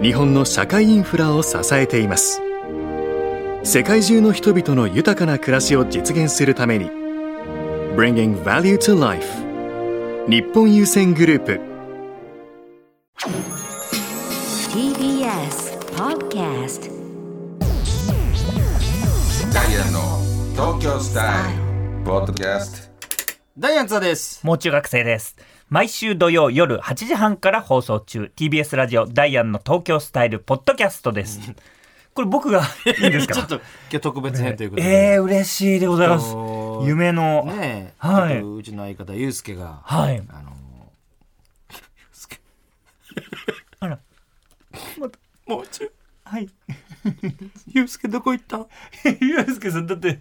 日本の社会インフラを支えています世界中の人々の豊かな暮らしを実現するために Bringing Value to Life 日本郵船グループ TBS Podcast ダイアンの東京スタイルポッドキャスダイアンツァです。もう中学生です。毎週土曜夜8時半から放送中、TBS ラジオダイアンの東京スタイルポッドキャストです。これ僕がいいんですか ちょっと今日特別編ということで。えー、嬉しいでございますちょっ。と夢の。ねえ、はいちょっとうちの相方ゆうすけが、はい。あのあら、もう中 はい。ゆうすけどこ行 った？ゆうすけさん、だって、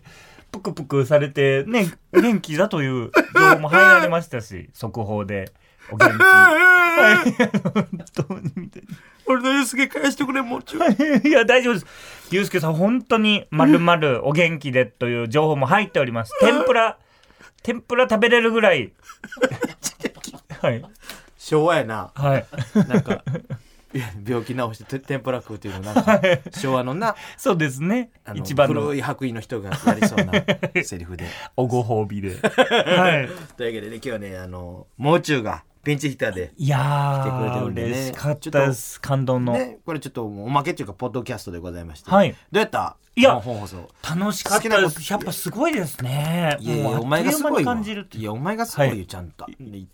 ぷくぷくされて、ね、元気だという情報も入られました し、速報で。お元気。はい。どうにみたいな。俺のゆうすけ返してくれもう中。 いや、大丈夫です。ゆうすけさん、本当に、まるまるお元気でという情報も入っております。天ぷ ら、天ぷら食べれるぐらい。はい。昭和やな。はい。なんかいや病気治してて天ぷら食うっていうのなんか昭和のな そうですねあ。の一番の古い白衣の人がやり そうなセリフで。おご褒美で。はというわけでね今日はねあのもう中がピンチヒッターで。 い。いや来てくれてー、るんでね嬉しかったです。感動の。ね、これちょっとおまけっていうかポッドキャストでございまして、はいどうやったいや本放送楽しかっ好きたなでことす。やっぱすごいですね。いやいやもうあっお前がすごとうい間わに感じるっていいう。やお前がすごいよ、はいちゃんといっ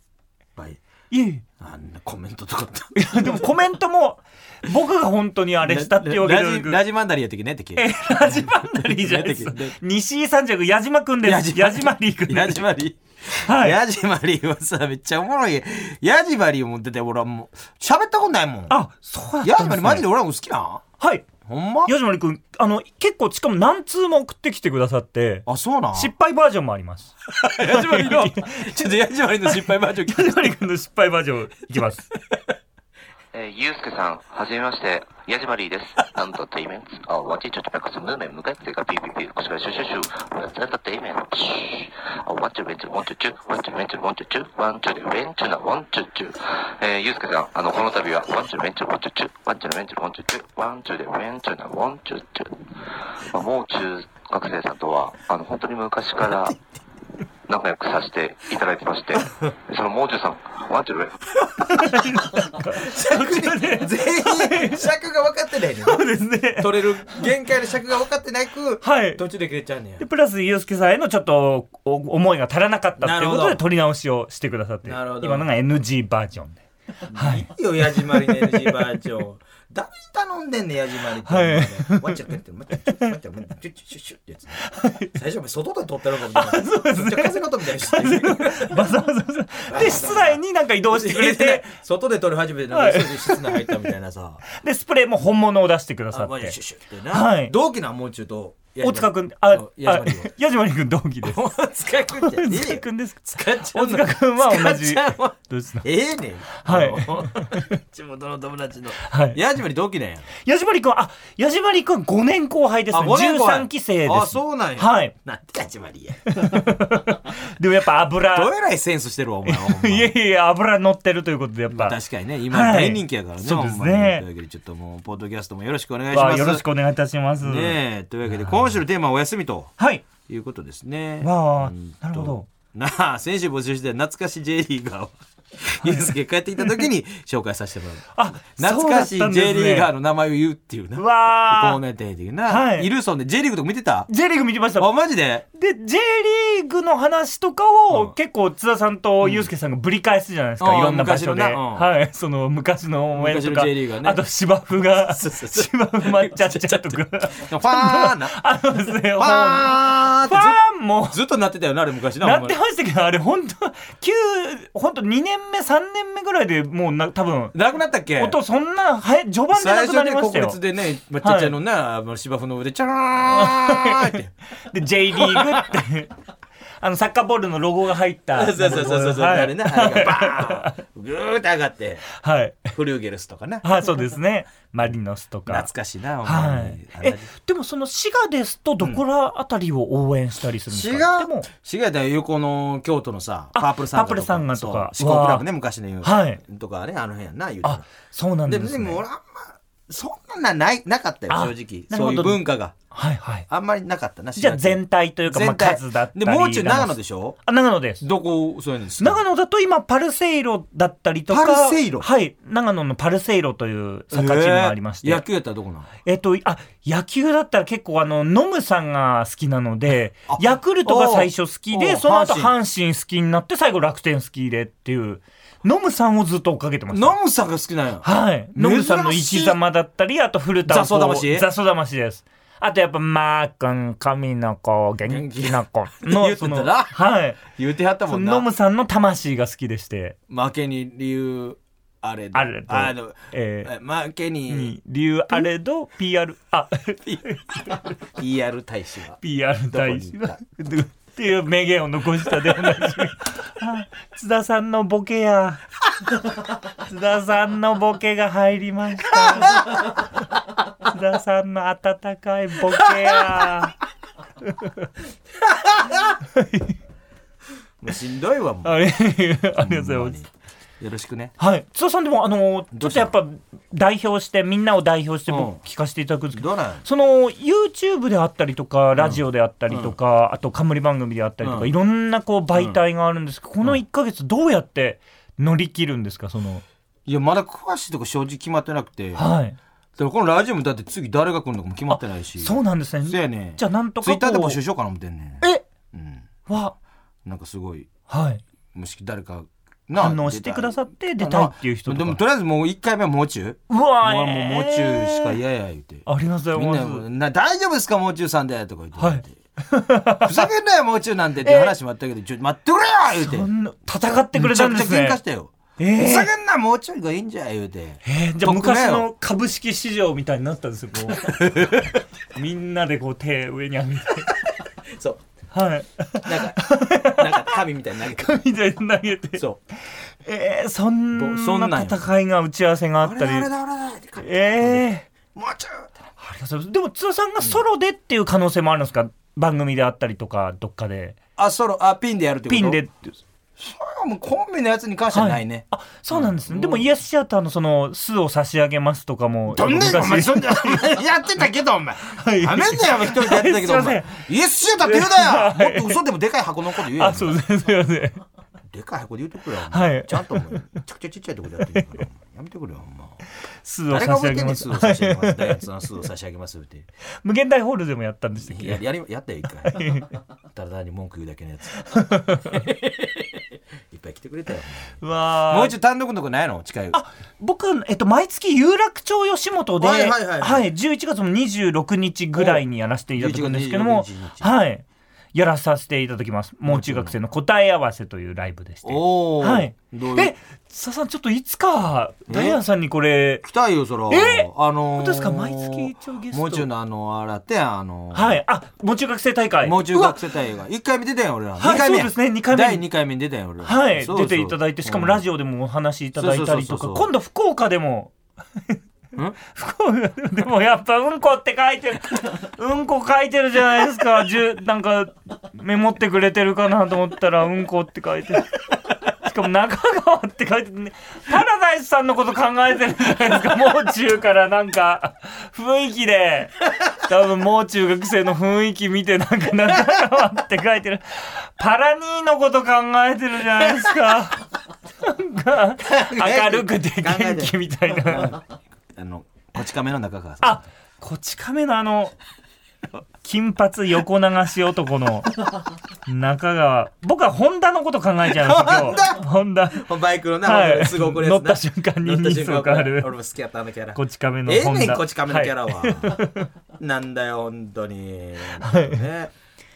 ぱいいやいあんなコメント とかってや、でもコメントも、僕が本当にあれしたっていうわけじゃラなジくラジマンダリやってきねってきえラジマンダリーじゃないですね。西井三尺、矢島くんです。矢島リーくんヤです。ジマリはい。ヤジマリはさめっちゃおもろいヤジマリも出て俺はもう喋ったことないもんあ、そうだヤったんジです、マリね、マジで俺らも好きなんはい。ほんま矢島リーくん、あの、結構、しかも何通も送ってきてくださって、あそうなん失敗バージョンもあり ます。ヤジマリ のちょっとヤジマリの失敗バージョン聞いて矢島リーくんの失敗バージョンいきます。えー、ゆうすけさん、はじめまして、やじまりーです。なんと、ていめん、あ、わちちょちょぺこすむめむかってか、ぴぴぴ、こしがしゅしゅしゅ、わつたていめん、しゅ、あ、わちゅべちゅ、わんちゅちゅ、わんちゅめんちゅ、わんちゅちゅ、わんちゅで、べんちゅな、わんちゅちゅ。えー、ゆうすけさん、あの、この度は、わんちゅめんちゅ、わんちゅちゅ、わんちゅめんちゅ、わんちゅちゅ、わんちゅで、べんちゅな、わんちゅちゅ。まあ、もう中学生さんとは、あの、本当に昔から、仲良くさせていただいてまして、そのもう中さん、わんちゅで、全員尺が分かってないねそうですね。取れる限界の尺が分かってないくはい。途中で切れちゃうねでプラス、ゆうすけさんへのちょっとお思いが足らなかったっていうこなるほとどで、取り直しをしてくださって、なるほど今のが NG バージョンで。 はい。いいよ、ヤジマリの NG バージョン。誰に頼んでんねん、ヤジマリって。はいわっちゃってって、待って、待って、待って、チュッチュッシュッシュッってやつ。最初、お前外で撮ってるのかみたいな。そうですね。風の音みたいにして。バサバサバサ。で、室内になんか移動してくれ て、外で撮り始めて、なはんいか室室内入ったみたい なさ。で、スプレーも本物を出してくださあ、っマジてで。シュッシュッってな。はい同期なん、もう中と。大塚君、あ、あヤジマリを。矢島り君同期です。大塚君って。大いい塚よ君ですか塚ちゃ大んの塚君は同じ。塚ちゃん はどうしたええねん。はいあ の。地元の友達の。はい。ヤジマリ同期なんや。矢島り君は、あ、矢島り君5年後輩ですね。あ五年後輩13期生です。あそうなんやはい。なんてヤジマ リや。でもやっぱど油、えらいセンスしてるわ、お前は。ほんまいやいやいや、油乗ってるということで、やっぱ。確かにね、今はい大人気やからね、そうですねほんまにというわけで、ちょっともう、ポッドキャストもよろしくお願いしまわあす。よろしくお願いいたします。ねえ、というわけで、今週のテーマはお休みとはい。いうことですね。わうあん、なるほど。なあ、先週募集した懐かしい J リーガーを、ゆうすけ帰ってきた時に 紹介させてもらう。あ、懐かしいそうだったん J ですリねーガーの名前を言うっていうな。うコわーあ。ナー的な。はいいるそうね。J リーグとか見てた J リーグ見てました。あ、マジ でで、J リーグの話とかを、うん結構津田さんとユースケさんがぶり返すじゃないですか、うんいろんな場所で、昔のなうんはい、その昔の思い出とか、昔の J リーグがねあと芝生が、そうそうそう芝生抹茶茶とか、ファーな。フあのですね、ファァーな。ファーんもずっとなってたよな、あれ昔な。なってお前ましたけど、あれ本当九本当2年目、3年目ぐらいでもうな、多分、なくなったっけ音そんな、はい、序盤でな最くな初りね、ました国よ立。でね、まあちっちゃいのな、あの芝生 の上で、チャラーンって。で、J リーグって、 あの、サッカーボールのロゴが入った。そうそうそうそうそう、はいあれね、あれがバーンぐーって上がって、はい。フリューゲルスとかな。はい、そうですね。マリノスとか。懐かしいな、お前。はい。え、でもその滋賀ですと、どこらあたりを応援したりするんですか、滋賀でも、滋賀だよ、横の京都のさ、あパープルサンガとパーか。プルサンガとかそう四国ラブね、わあ昔の言う。はいとかね、あの辺やんな、言うたらあ、そうなんででも、すでね。も俺あんま、そんなない、なかったよ、あな正直。るほどそういう文化が。はいはい。あんまりなかったな、じゃあ全体というか、まあ、全体数だったり。で、もう中長野ででしょあ、長野です。どこ、そういうのです長野だと今、パルセイロだったりとか。パルセイロはい。長野のパルセイロというサッカーチームがありまして。えー野球やったらどこなのえっと、あ、野球だったら結構あの、ノムさんが好きなのであ、ヤクルトが最初好きおうおで、うその後阪阪神好きになって、最後楽天好きでっていう、ノムさんをずっと追っかけてました。ノムさんが好きなんや。はい。ノムさんの生き様だったり、あと古田をこう雑草魂雑草魂です。あとやっぱ、マー君、神の子、元気な子 言の、ってたそなの、はい。言うてはったもそんのノなム。さんの魂が好きでして、負けに理由、あれであれであの、えーえ負けにに理由あれど、PR、あ、 PR 大使は。 PR 大使どこはっていう名言を残したでおなじみあ津田さんのボケ や津田さんのボケが入りました津田さんの温かいボケやもうしんどいわ、もう。あれありがとうございますよろしくね。はい、津田さんでもあのちょどうっしとたやのっぱ代表してみんなを代表してうん僕聞かせていただくんですけど、どうなんその YouTube であったりとかラジオであったりとか、あと冠番組であったりとか、うんいろんなこう媒体があるんですけど、この1か月どうやって乗り切るんですかその、いや、まだ詳しいとこ正直決まってなくて。はいでもこのラジオもだって次誰が来るのかも決まってないし。そうなんですねそうやねじゃあなんとかツイッターでこう募集しようかな思ってんねんえうん。はなんかすごい、はいもし誰か、な反応してくださって出たいっていう人とでかもとりあえずもう1回目はもう中。うわもうえーもうもう中しか嫌や言うて。ありがとうみんござないもうますな大丈夫ですかもう中さんでとか言って、はいふざけんなよもう中なんてって話もあったけど、ちょ待ってくれよ言うてそんな戦ってくれたんですめねちゃくちゃ喧嘩したよ、えーふざけんなもう中がいいんじゃ言うてえーじゃあ特命昔よの株式市場みたいになったんですよこ うみんなでこう手上に上げてそうはい なんかなんか神みたいになるみたいに投げてそ えー、そんそんななんよ戦いが打ち合わせがあうっあたれりだあれだあれだってええもう中ー、ありがとうございますでも津田さんがソロでっていう可能性もあるんですか番組であったりとかどっかであソロあピンでやるってことピンでもうコンビのやつに関してはないね、あそうなんですね、でもイエスシアターのその巣を差し上げますとかもどんねんお前昔そ んなお前やってたけどお前いやめんなよお前一人でやってたけどおはい前すいイエスシアターって言うなよもっと嘘でもでかい箱のこと言えよあそうですすいませんでかい箱で言うてくれよ、おはい前ちゃんとお前めちゃくちゃちっちゃいとこでやってるからお前やめてくれよお前巣を誰が差し覚上えてげんねまんす数を差し上げますダイアンさん数を差し上げますって無限大ホールでもやったんでしたっけややりやったよ一回 ただ単に文句言うだけのやつ いっぱい来てくれたようわーもう一度単独のとこないの近いあ僕は、えっと、毎月有楽町吉本で、ははいいはいはい11月の26日ぐらいにやらせていただくんですけども11月26日はいやらさせていただきますもう中学生の答え合わせというライブでしておお、はいどういうえ佐々さんちょっといつかダイアンさんにこれ来たいよそらえあのー、本当ですか毎月一応ゲストもう中のあのあらってあのーはいあもう中学生大会もう中うわ学世帯が一回目出たよ俺らはい二回目やそうですね二回目第二回目に出たよ俺らはいそうそう出ていただいてしかもラジオオでもお話しいただいたりそとうそうそうかそう今度福岡でもん 福岡でもやっぱうんこって書いてるうんこ書いてるじゃないですかじゅなんかメモってくれてるかなと思ったらうんこって書いてるしかも中川って書いてるねパラダイスさんのこと考えてるじゃないですかもう中からなんか雰囲気で多分もう中学生の雰囲気見てなんか中川って書いてるパラニーのこと考えてるじゃないですかなんか明るくて元気みたいな。あのこち亀の中川さんあこち亀のあの金髪横流し男の中川僕はホンダのこと考えちゃいました今日ホンダバイクのな、はいすごい怒るやつな乗った瞬間に 乗った瞬間人相変わる俺も好きやったあのキャラこち亀のええホンねんダ こち亀のキャラは、なんだよ本当に、ね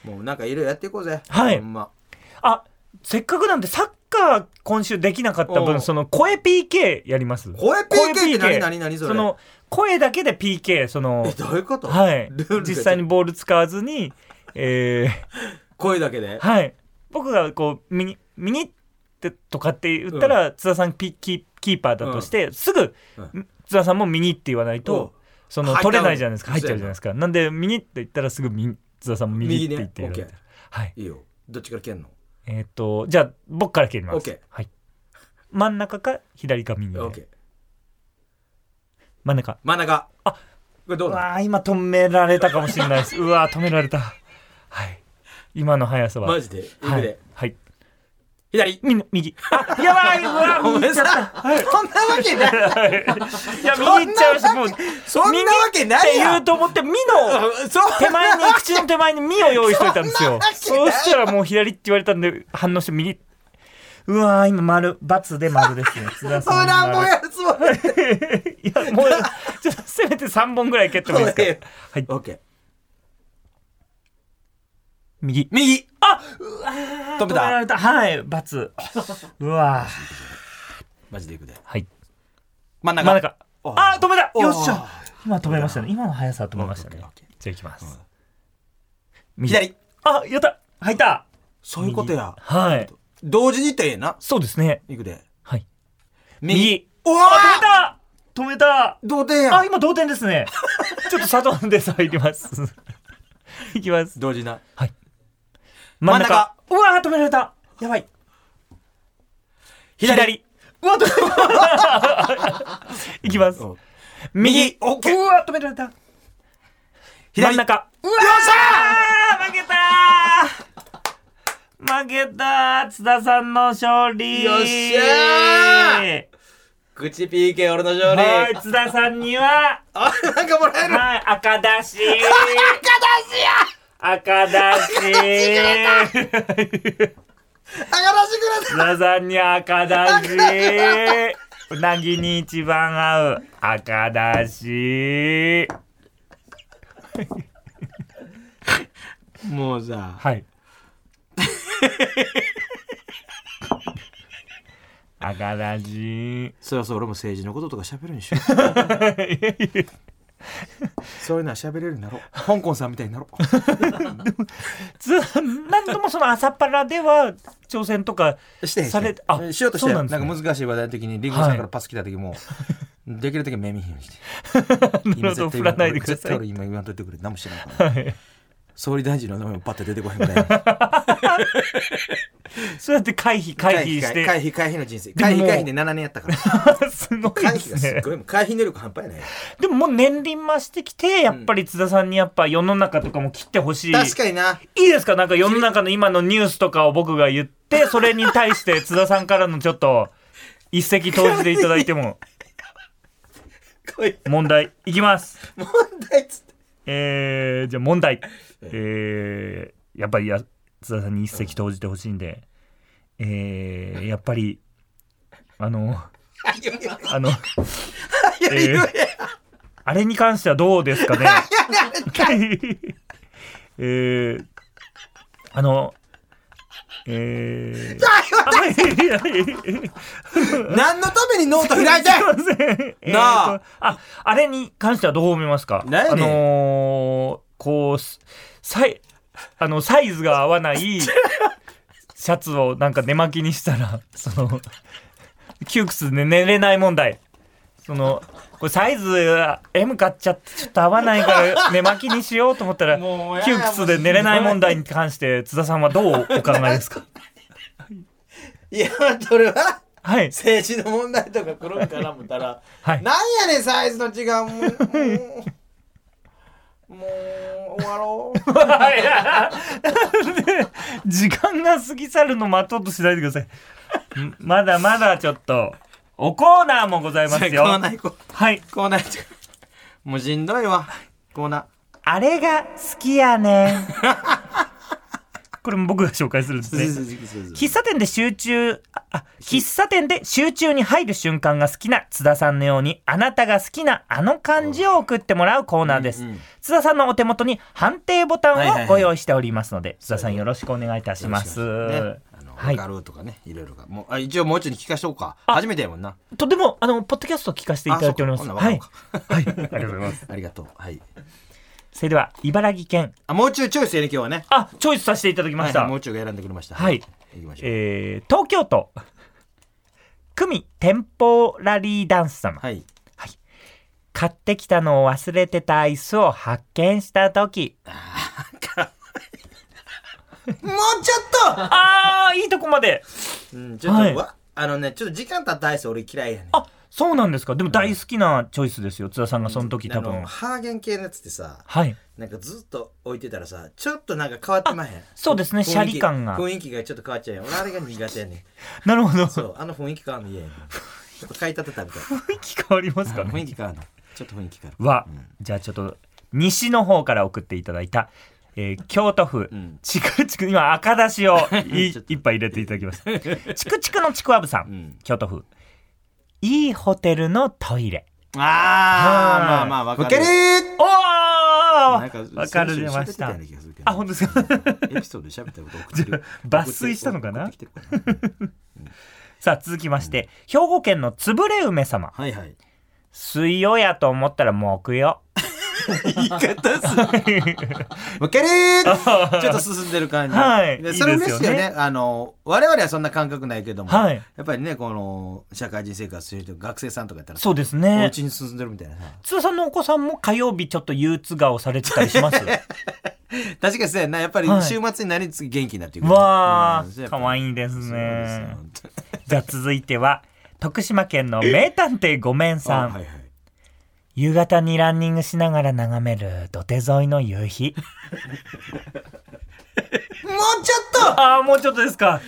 もうなんかいろいろやっていこうぜ。はいほんま。あせっかくなんでサッカー今週できなかったおう分その声 PK やります声 PK って何何何それの声だけで PK そのえ、どういうことはいルールが実際にボール使わずにえ声だけで ー、。はい僕がこうミニミニってとかって言ったら、津田さんピキキーパーだとして、すぐ、う津田さんもミニって言わないおうとその入っちゃう取れないじゃないですか入っちゃうそうじゃなやないですかなんでミニって言ったらすぐミニ津田さんもミニって言って右ねる、オッケーはいいいよ。どっちから蹴んのえっ、と、じゃあ僕から切ります。オッケーはい。真ん中か左か右で。オッケー。真ん中。真ん中。あこれどううなわあ、今止められたかもしれない です。うわあ、止められた。はい。今の速さのは。マジで。は指いで。。はい。左。み右。あ、やばい、うわ ーお右行っ前ちゃった。さ、そんなわけない。はい いや、右行っちゃいました。もう、そんなわけなってい言や。うんと思って、みの そう手前に、口の手前にみを用意しといたんですよ。そんなそわけなういしたらもう左って言われたんで、反応して右。うわー今丸、×で丸ですね。津田そさんのら丸もうやつも。いや、もう、 ちょっとせめて3本ぐらい蹴ってもいいですかそうよはい、オッケー。右。右。止め止めらたれた。はい、罰。うわマジでいくではい。真ん真中ん中。あ、止めたおーよっしゃ今止めましたね。今の速さは止めましたね。じゃあ行きます。右左。あ、やった入ったそういうことや。はい。同時にいったらええな。そうですね。いくで。はい。右。右。おおあ、止めた止め同点やたあ、ん。今同点です ね。ちょっと佐藤です。 入ります。いきます。同時な。真真んん中中。うわー止められたやばい。左左。うわ、止められた。 いきます。右。オッケーうわ、止められた。真左ん中。うわよっしゃー負けたー負けたー津田さんの勝利よっしゃー口 PK 俺の勝利。はい、津田さんには、あ、なんかもらえる。はい、赤だし赤だしや赤だし上がらしてくれた。ラザニア赤だし。うなぎに一番合う赤だし。もうさ、はい。 赤だし。そりゃそう俺も政治のこととか喋るんでしょ。 そういうのは喋れるんだろう。香港さんみたいになろう。ず、なんともその朝っぱらでは挑戦とかしてへんされ、あ、しようとしそてうななんんですねか難しい話題の時にリンゴさんからパス来た時も、できる時は目見へんようにして今絶対言わ振らないでください絶対俺今言わんといてくれ何も知らんから、総理大臣の名前もパッと出てこへんぐらいそうやって回避回避し回て。避回避回避の人生でも回避回避で7年やっ たからすごい回で避がすすっね。ごいもう回避能力半端やねでももう年輪増してきて、やっぱり津田さんにやっぱ世の中とかも切ってほしい。確かにないいですかなんか世の中の今のニュースとかを僕が言って、それに対して津田さんからのちょっと一石投じていただいてもこい問題いきます。問題っつってえー、じゃあ問題。えー、やっぱりや津田さんに一石投じてほしいんで、えー、やっぱり、あの、あの、えーあれに関してはどうですかねえー、あの、 えー、あいやいやいや何のためにノート開い てすいません。えーとなああ、あれに関してはどう思いますかなんやあねのんー、こう、すサイ、あの、サイズが合わ ないシャツをなんか寝巻きにしたら、その、窮屈で寝れない問題。その、これサイズ M 買っちゃってちょっと合わないから寝巻きにしようと思ったら、もうやだ窮屈で寝れない問題に関して津田さんはどうお考えです かいやそれははい。政治の問題とか黒に絡むたら はい。なんやねんサイズの違う もうもうもう終わろ ういや時間が過ぎ去るの待とうとしないでください。んまだまだちょっと、おコーナーもございますよ。コーナー 行こうはい。コーナー行こうもうしんどいわコーナあれが好きやねん。これも僕が紹介するんですそうねそうそうそう喫茶店で集中ああ喫茶店で集中に入る瞬間が好きな津田さんのようにあなたが好きなあの漢字を送ってもらうコーナーです、津田さんのお手元に判定ボタはいンはいはいをご用意しておりますので、津田さんよろしくお願いいたします、ねあのはいわかるとかね、いろいろが。もう、あ一応もうちょい聞かしとこうか。あ初めてやもんな。とてもあのポッドキャストを聞かせていただいておりますあそうはかほんいなはいありがとうございますありがとう。はい。それでは茨城県あ、もうちょいチョイスやね、今日はね。あチョイスさせていただきました、はいはいもうちょいが選んでくれました。はい行きましょう。えー東京都久美テンポラリーダンス様、はい。買ってきたのを忘れてた椅子を発見した時もうちょっあーいいとこまでとうん、ちょっと、はいわあのね、ちょっと時間経ったアイス俺嫌いやねん。あそうなんですかでも大好きなチョイスですよ津田さんがその時多あ分のハーゲン系のやつってさ、はいなんかずっと置いてたらさ、ちょっとなんか変わってまへん。そうですね雰囲気シャリ感が雰囲気がちょっと変わっちゃうやん。俺あれが苦手やねん。なるほどそ雰う、あの雰囲気変わんの嫌やねん。ちょっと買い立てたみたい囲気変わりますかな。ね雰囲気変わんの。ちょっと雰囲気変わる。は、じゃあちょっと西の方から送っていただいた、えー京都府、んちくちく今赤だしをいちょっと一杯入れていただきましたちくちくのちくわぶさん、ん京都府いいホテルのトイレあはいー、まあまあわかる。ウケるおなんかーわかる出まし喋たってような気がするけどあ本当ですかエピソードで喋ったこと送ってるじゃあ抜粋したのかな送ってきてるかなさあ続きまして、兵庫県のつぶれ梅様はい はい。水曜やと思ったら木曜言い方すウケるー ちょっと進んでる感じ。はいでそれいいです嬉よしいねよね。あの、我々はそんな感覚ないけども、はいやっぱりね、この、社会人生活してる人、学生さんとかやったら、そうでですねお家に進んでるみたいなさ。津田さんのお子さんも火曜日ちょっと憂鬱顔されてたりし ます確かにそうやな、やっぱりはい週末になりつつ元気になっていく。わあ、かわいいいですそうですよね本当にじゃあ続いては徳島県の名探偵ごめんあさん、はいはい。夕方にランニングしながら眺める土手沿いの夕日もうちょっ とああもうちょっとですか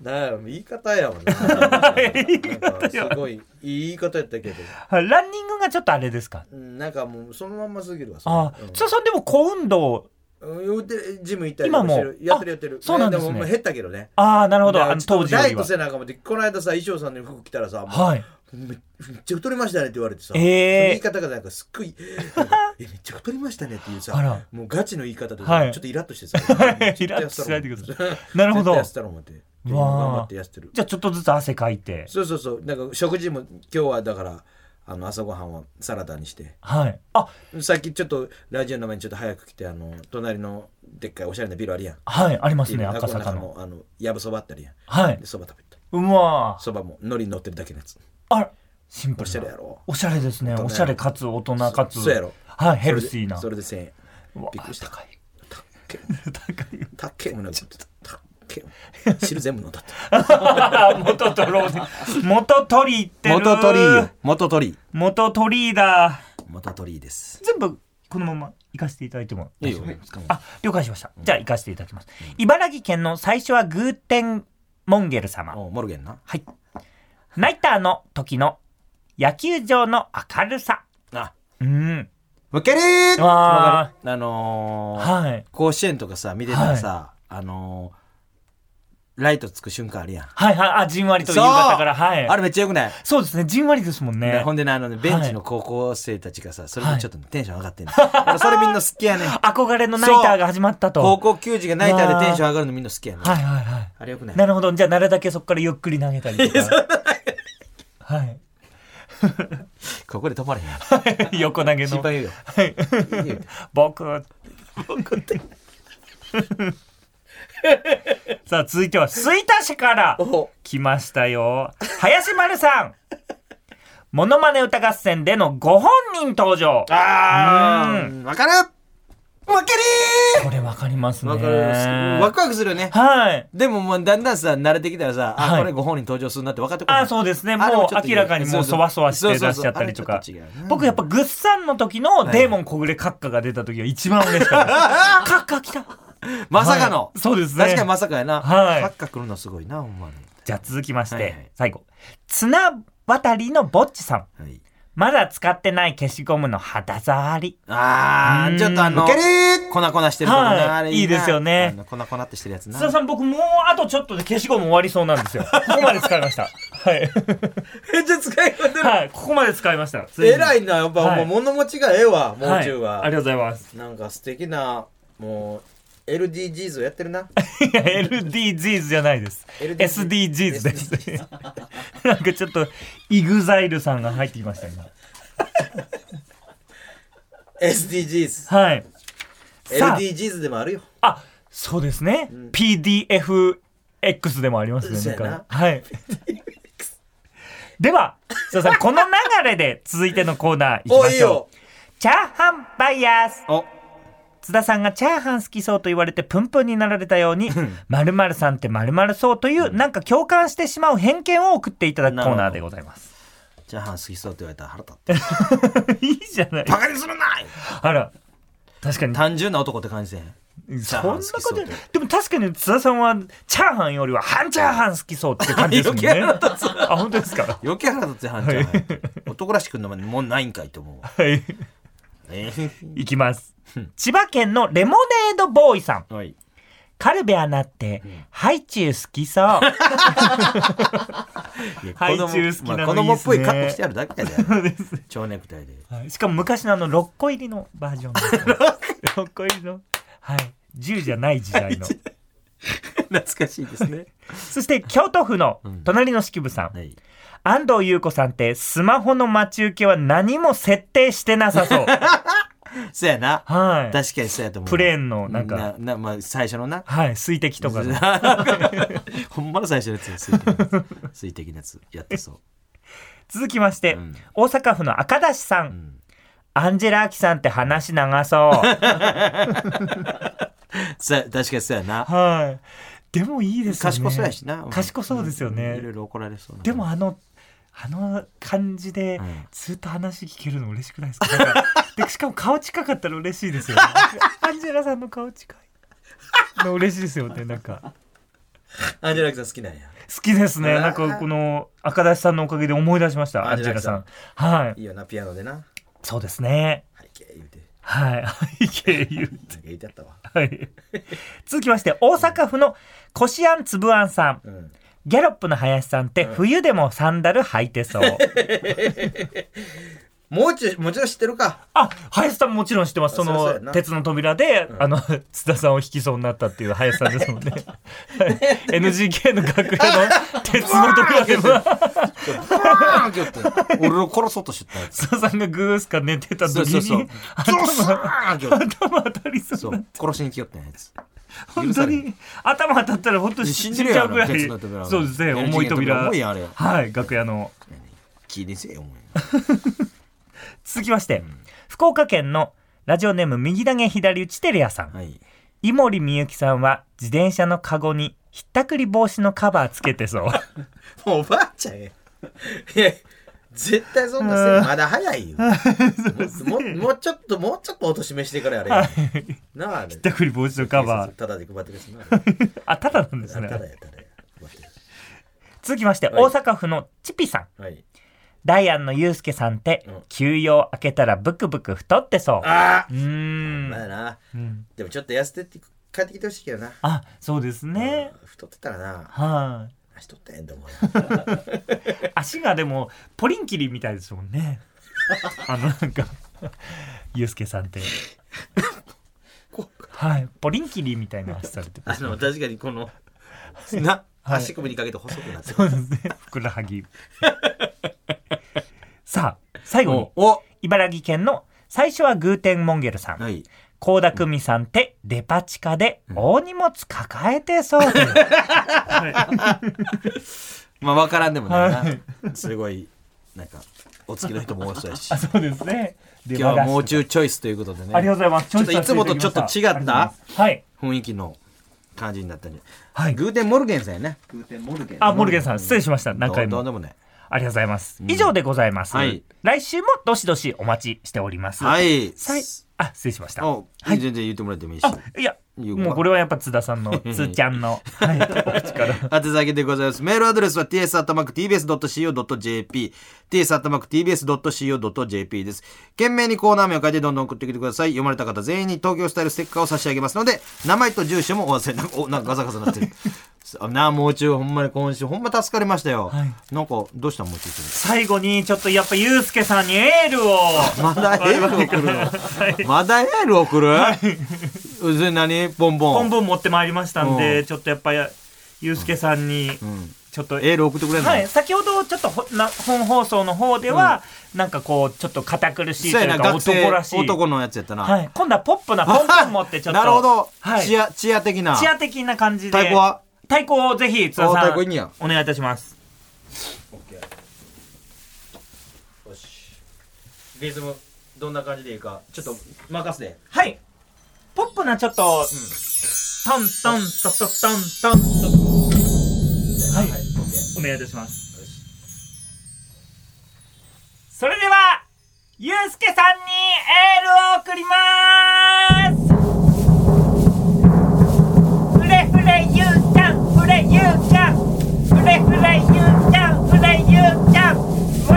だよ、言い方やもんな。言いなんかすごい、いい言い方やったけど。ランニングがちょっとあれですかうんなんかもうそのまんますぎるわ。それあー、津田さんでも小運動うんうん、でジム行ったりと今かもしてるやってるやってるあそうなんですねいやももう減ったけどねああなるほどだからあの当時よダイりエットはせなあかんもってこの間さ衣装さんの服着たらさ、もうはいめめっちゃ太りましたねって言われてさ、えその言えい方がなんかすっごいなん かえめっちゃ太りましたねっていうさあらもうガチの言い方で、はいちょっとイラッとして さイラッとしないでくださいなるほど痩せたろう思って頑張って痩せてるじゃあちょっとずつ汗かいてそうそうそうなんか食事も今日はだからあの朝ごはんはサラダにしてはいあさっきちょっとラジオの前にちょっと早く来てあの隣のでっかいおしゃれなビルあるやんはいありますねで赤坂中のあのやぶそばあったりやんはいでそば食べたうわーそばも海苔乗ってるだけのやつあらシンプおルしゃれなやろおしゃれですね人やろおしゃれかつ大人かつそそうやろはいヘルシーなそれでそれで1000円うわびっくりした高いたっけ高いたっけもなんかたっけ汁全部飲ん だって元取ろう元取りってる元取り元取りだ元取りです全部このまま行かせていただいてもいいよあ了解しましたじゃあ行かせていただきます、茨城県の最初はグーテンモンゲル様おモルゲンなはいナイターの時の野球場の明るさあうんウケるーわーわかるあのーはい甲子園とかさ見てたらさあのーライトつく瞬間あるやんはいはいあじんわりと夕そう方からはいあれめっちゃよくないそうですねじんわりですもんねねほんでね、あのね、ベンチの高校生たちがさ、それでちょっとねテンション上がってんの。俺それみんな好きやねん。憧れのナイターが始まったと高校球児がナイターでテンション上がるのみんな好きやねん。はいはいはいあれよくないなるほど。じゃあ、なるだけそこからゆっくり投げたりとか。はい。ここで止まれへん。横投げ心の。配言うよ。僕。 さあ、続いては、吹田市からお来ましたよ。林丸さん。モノマネ歌合戦でのご本人登場。あー、わかるわかこれわかりまするね。わかる。ワクワクするよね。はい。でももうだんだんさ、慣れてきたらさ、はあ、いこれご本人登場するなって分かってくる。あそうですねあれもちょっうと明らかにもうそわそわしてそらうっそうしそゃうったりとあかれちょっと違うな僕やっぱグッサンの時のデーモン小暮カッカが出た時が一番嬉しかった カッカ来たまさかのはい。そうですね確かにまさかやな。はいカッカ来るのすごいな、ほんまに。じゃあ続きまして、はいはい最後綱渡りのぼっちさんはい。まだ使ってない消しゴムの肌触り。あうー、んちょっとあの、けるー粉々してるとこね、はいあれないいですよねあの粉々ってしてるやつな須。田さん、僕もうあとちょっとで消しゴム終わりそうなんです よ。ここまで使いました。はい。めっちゃ使い方はい、ここまで使いました。つにえらいな、やっぱ、はいもう物持ちがええわ、もうはい中は。ありがとうございます。なんか素敵な、もう、LDGs をやってる な。いや、LDGs じゃないです。 LDGs SDGs です。 なんかちょっと、イグザイルさんが入ってきました、今。 SDGs。はい。さあ LDGs でもあるよ。あ、そうですね。PDFX でもありますそね。うやななんかはい。では、須田さん、この流れで続いてのコーナー行きおまいいしょよ。う。チャーハンバイヤーズお、津田さんがチャーハン好きそうと言われてプンプンになられたように〇〇さんって〇〇そうというなんか共感してしまう偏見を送っていただくコーナーでございます。チャーハン好きそうって言われたら腹立っ て。いいじゃない。バカにするなあら、確かに。単純な男って感じせん。そャーんなハンこ好きそうとないでも確かに津田さんはチャーハンよりは半チャーハン好きそうっていう感じですもんね。余計あ、本当ですか。余計腹立つやんちゃん、男らしくんのもんないんかいと思うわ。はい。え ーいきます。千葉県のレモネードボーイさん。はい。カルベアナって、ハイチュウ好き そう。いやハイチュウ好きなのいいっすねまあ子供っぽい格好してあるだけやで。蝶ネクタイで。はいしかも昔のあの6個入りのバージョン6個入りのはい10じゃない時代 の懐かしいですね。そして京都府のん隣の式部さん、はい。安藤優子さんってスマホの待ち受けは何も設定してなさそうそうやな。はい確かにそうやと思う。プレーンのなんかな、なまあ、最初のな。はい水滴と かの ほんまの最初のやつや水滴のやつ。水滴のやつ。やってそう。続きまして、ん大阪府の赤出しさん、んアンジェラ・アキさんって話長そう そうや確かにそうやな。はいでもいいですよね賢そうやしな。賢そうですよねんいろいろ怒られそうな。でもあのあの感じでうんずっと話聞けるの嬉しくないですかなん かでしかも顔近かったら嬉しいです よねアンジェラさんの顔近いの嬉しいですよねなんかアンジェラアキさん好きなんや。好きです ねなんかこの赤出しさんのおかげで思い出しましたアアンンジジェェララささんんはいいいよな、ピアノでな。そうですねはい、け言うて。はい背景言なうんか言うてやったわ。はい続きまして大阪府のこしあんつぶあんさんうん。ギャロップの林さんって冬でもサンダル履いてそうもう中、もちろん知ってるか。あ、林さんもちろん知ってます。そあそうそうのやな鉄の扉で、あの、津田さんを引きそうになったっていう林さんですもんね。はい NGK の楽屋の鉄の扉で、バーンって言って俺を殺そうとしてたやつ。津田さんがグースか寝てたそう時そうそうに、。ゾスーンって言って頭当たりそそうなう。殺しに来よったやつ。本当に、頭当たったら本当に死信んじじるゃやうろぐらい、鉄の扉そうですね、 NGK 重い扉。の重いやんあれはい、楽屋の。気にせえよ、お前。続きまして、福岡県のラジオネーム右投げ左打ちテレアさん。はい。井森美幸さんは自転車のカゴにひったくり防止のカバーつけてそうもうおばあちゃんや。いや、絶対そんなせん。まだ早いよ。もうもうちょっと、もうちょっとおとしめしてからやれよ。なあ、ひっひったくり防止のカバーただで配ってるしな。た あただなんですだや、ただねや。配ってる続きましてはい大阪府のチピさんはい。ダイアンのユうスケさんってうん休養明けたらブクブク太ってそうあうーまあんな。うんでもちょっと痩せてって帰ってきてほしいけどな。あそうですねうん太ってたらな。はい足取ったらええんだもん。足がでもポリンキリみたいですもんね あのなんかユうスケさんってはいポリンキリみたいな足されてまあす の、ね確かにこの、な、足首にかけて細くなってる。そうですね。ふくらはぎ。 さあ、最後にお、お、茨城県の最初はグーテンモンゲルさん。はい。高田久美さんってデパ地下で大荷物抱えて そうです。まあ、わからんでもないな。はいすごい、なんか、お付きの人も多そうやし。そうですね。今日はもうょ中チョイスということでありがとうね、ございます。ちょっといつもとちょっと違ったありがとうございますはい。雰囲気の感じになったんで。はい。グーテンモルゲンさんやね。あ、モルゲンさん、失礼しました。何回どうもど。うでもね。ありがとうございます。以上でございます。はい来週もどしどしお待ちしております。はいさい。あ、失礼しました。お、はい全然言ってもらってもいいし。あ、いや、いうもうこれはやっぱ津田さ んの、津ちゃんの、はい、口から。宛先でございます。メールアドレスは ts.tbs.co.jp、ts.tbs.co.jp です。懸命にコーナー名を書いてどんどん送ってきてください。読まれた方全員に東京スタイルステッカーを差し上げますので、名前と住所もお忘れなく、お、 なんかガサガサなってる。さなあ、もう中、ほんまに今週、ほんま助かりましたよ。なんか、どうしたもう中君。最後に、ちょっとやっぱユうスケさんにエールを。まだエール送る のまだエール送る、それ何ボンボン。本文持ってまいりましたんうで、ちょっとやっぱり、ユうスケさんに、ちょっと、エール送ってくれんの、はい、先ほどちょっとほな本放送の方では、なんかこうちょっと堅苦しいとそういやな、うか学生男らしい男のやつやったな。はい、今度はポップなポンポン持ってちょっと なるほど。はい、チチアア、チア的な。的な感じで太鼓は太鼓をぜひ津田あ太さん鼓いいんやお願いいたしますよしリズムどんな感じでいいかちょっと任せてはいポップなちょっと、トントントントントントンはい、お願いいたしますそれではゆうすけさんにエールを送りますふれふれゆうちゃんふれゆうちゃんふれふれゆうちゃんふれゆうちゃんわ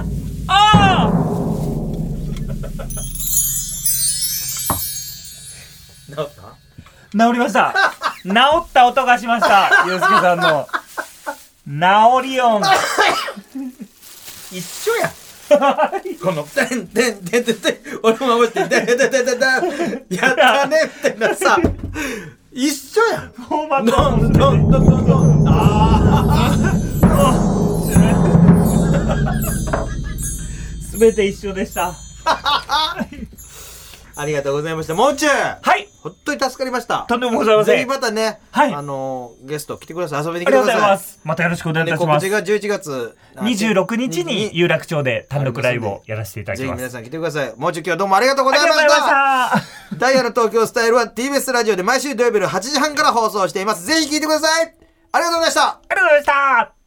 ーおー治った治りました。治った音がしました。ゆうすけさんの。治り音。一緒やん この「てんてんてんてんてん」俺も守って「てんてんてんてんてん」 やったねみたいなさ一緒やんフォーマッどんト。どんどんどんどんあすべて一緒でした。ありがとうございましたもう中はい。ほっとに助かりましたとんでもございませんぜひまたね、はいあのーゲスト来てください遊びにあ来りがとてうくございださまいす。またよろしくお願いいねたし告ま知す。が11月26日に有楽町で単独ライブをやらせていただきぜひます。皆あさん来てくださいもう中今日どうもありがとうごりざがいとうまござしいましたた。ダイヤの東京スタイルは TBS ラジオで毎週土曜日の8時半から放送していますぜひ聞いてくださいありがとうございましたありがとうございました。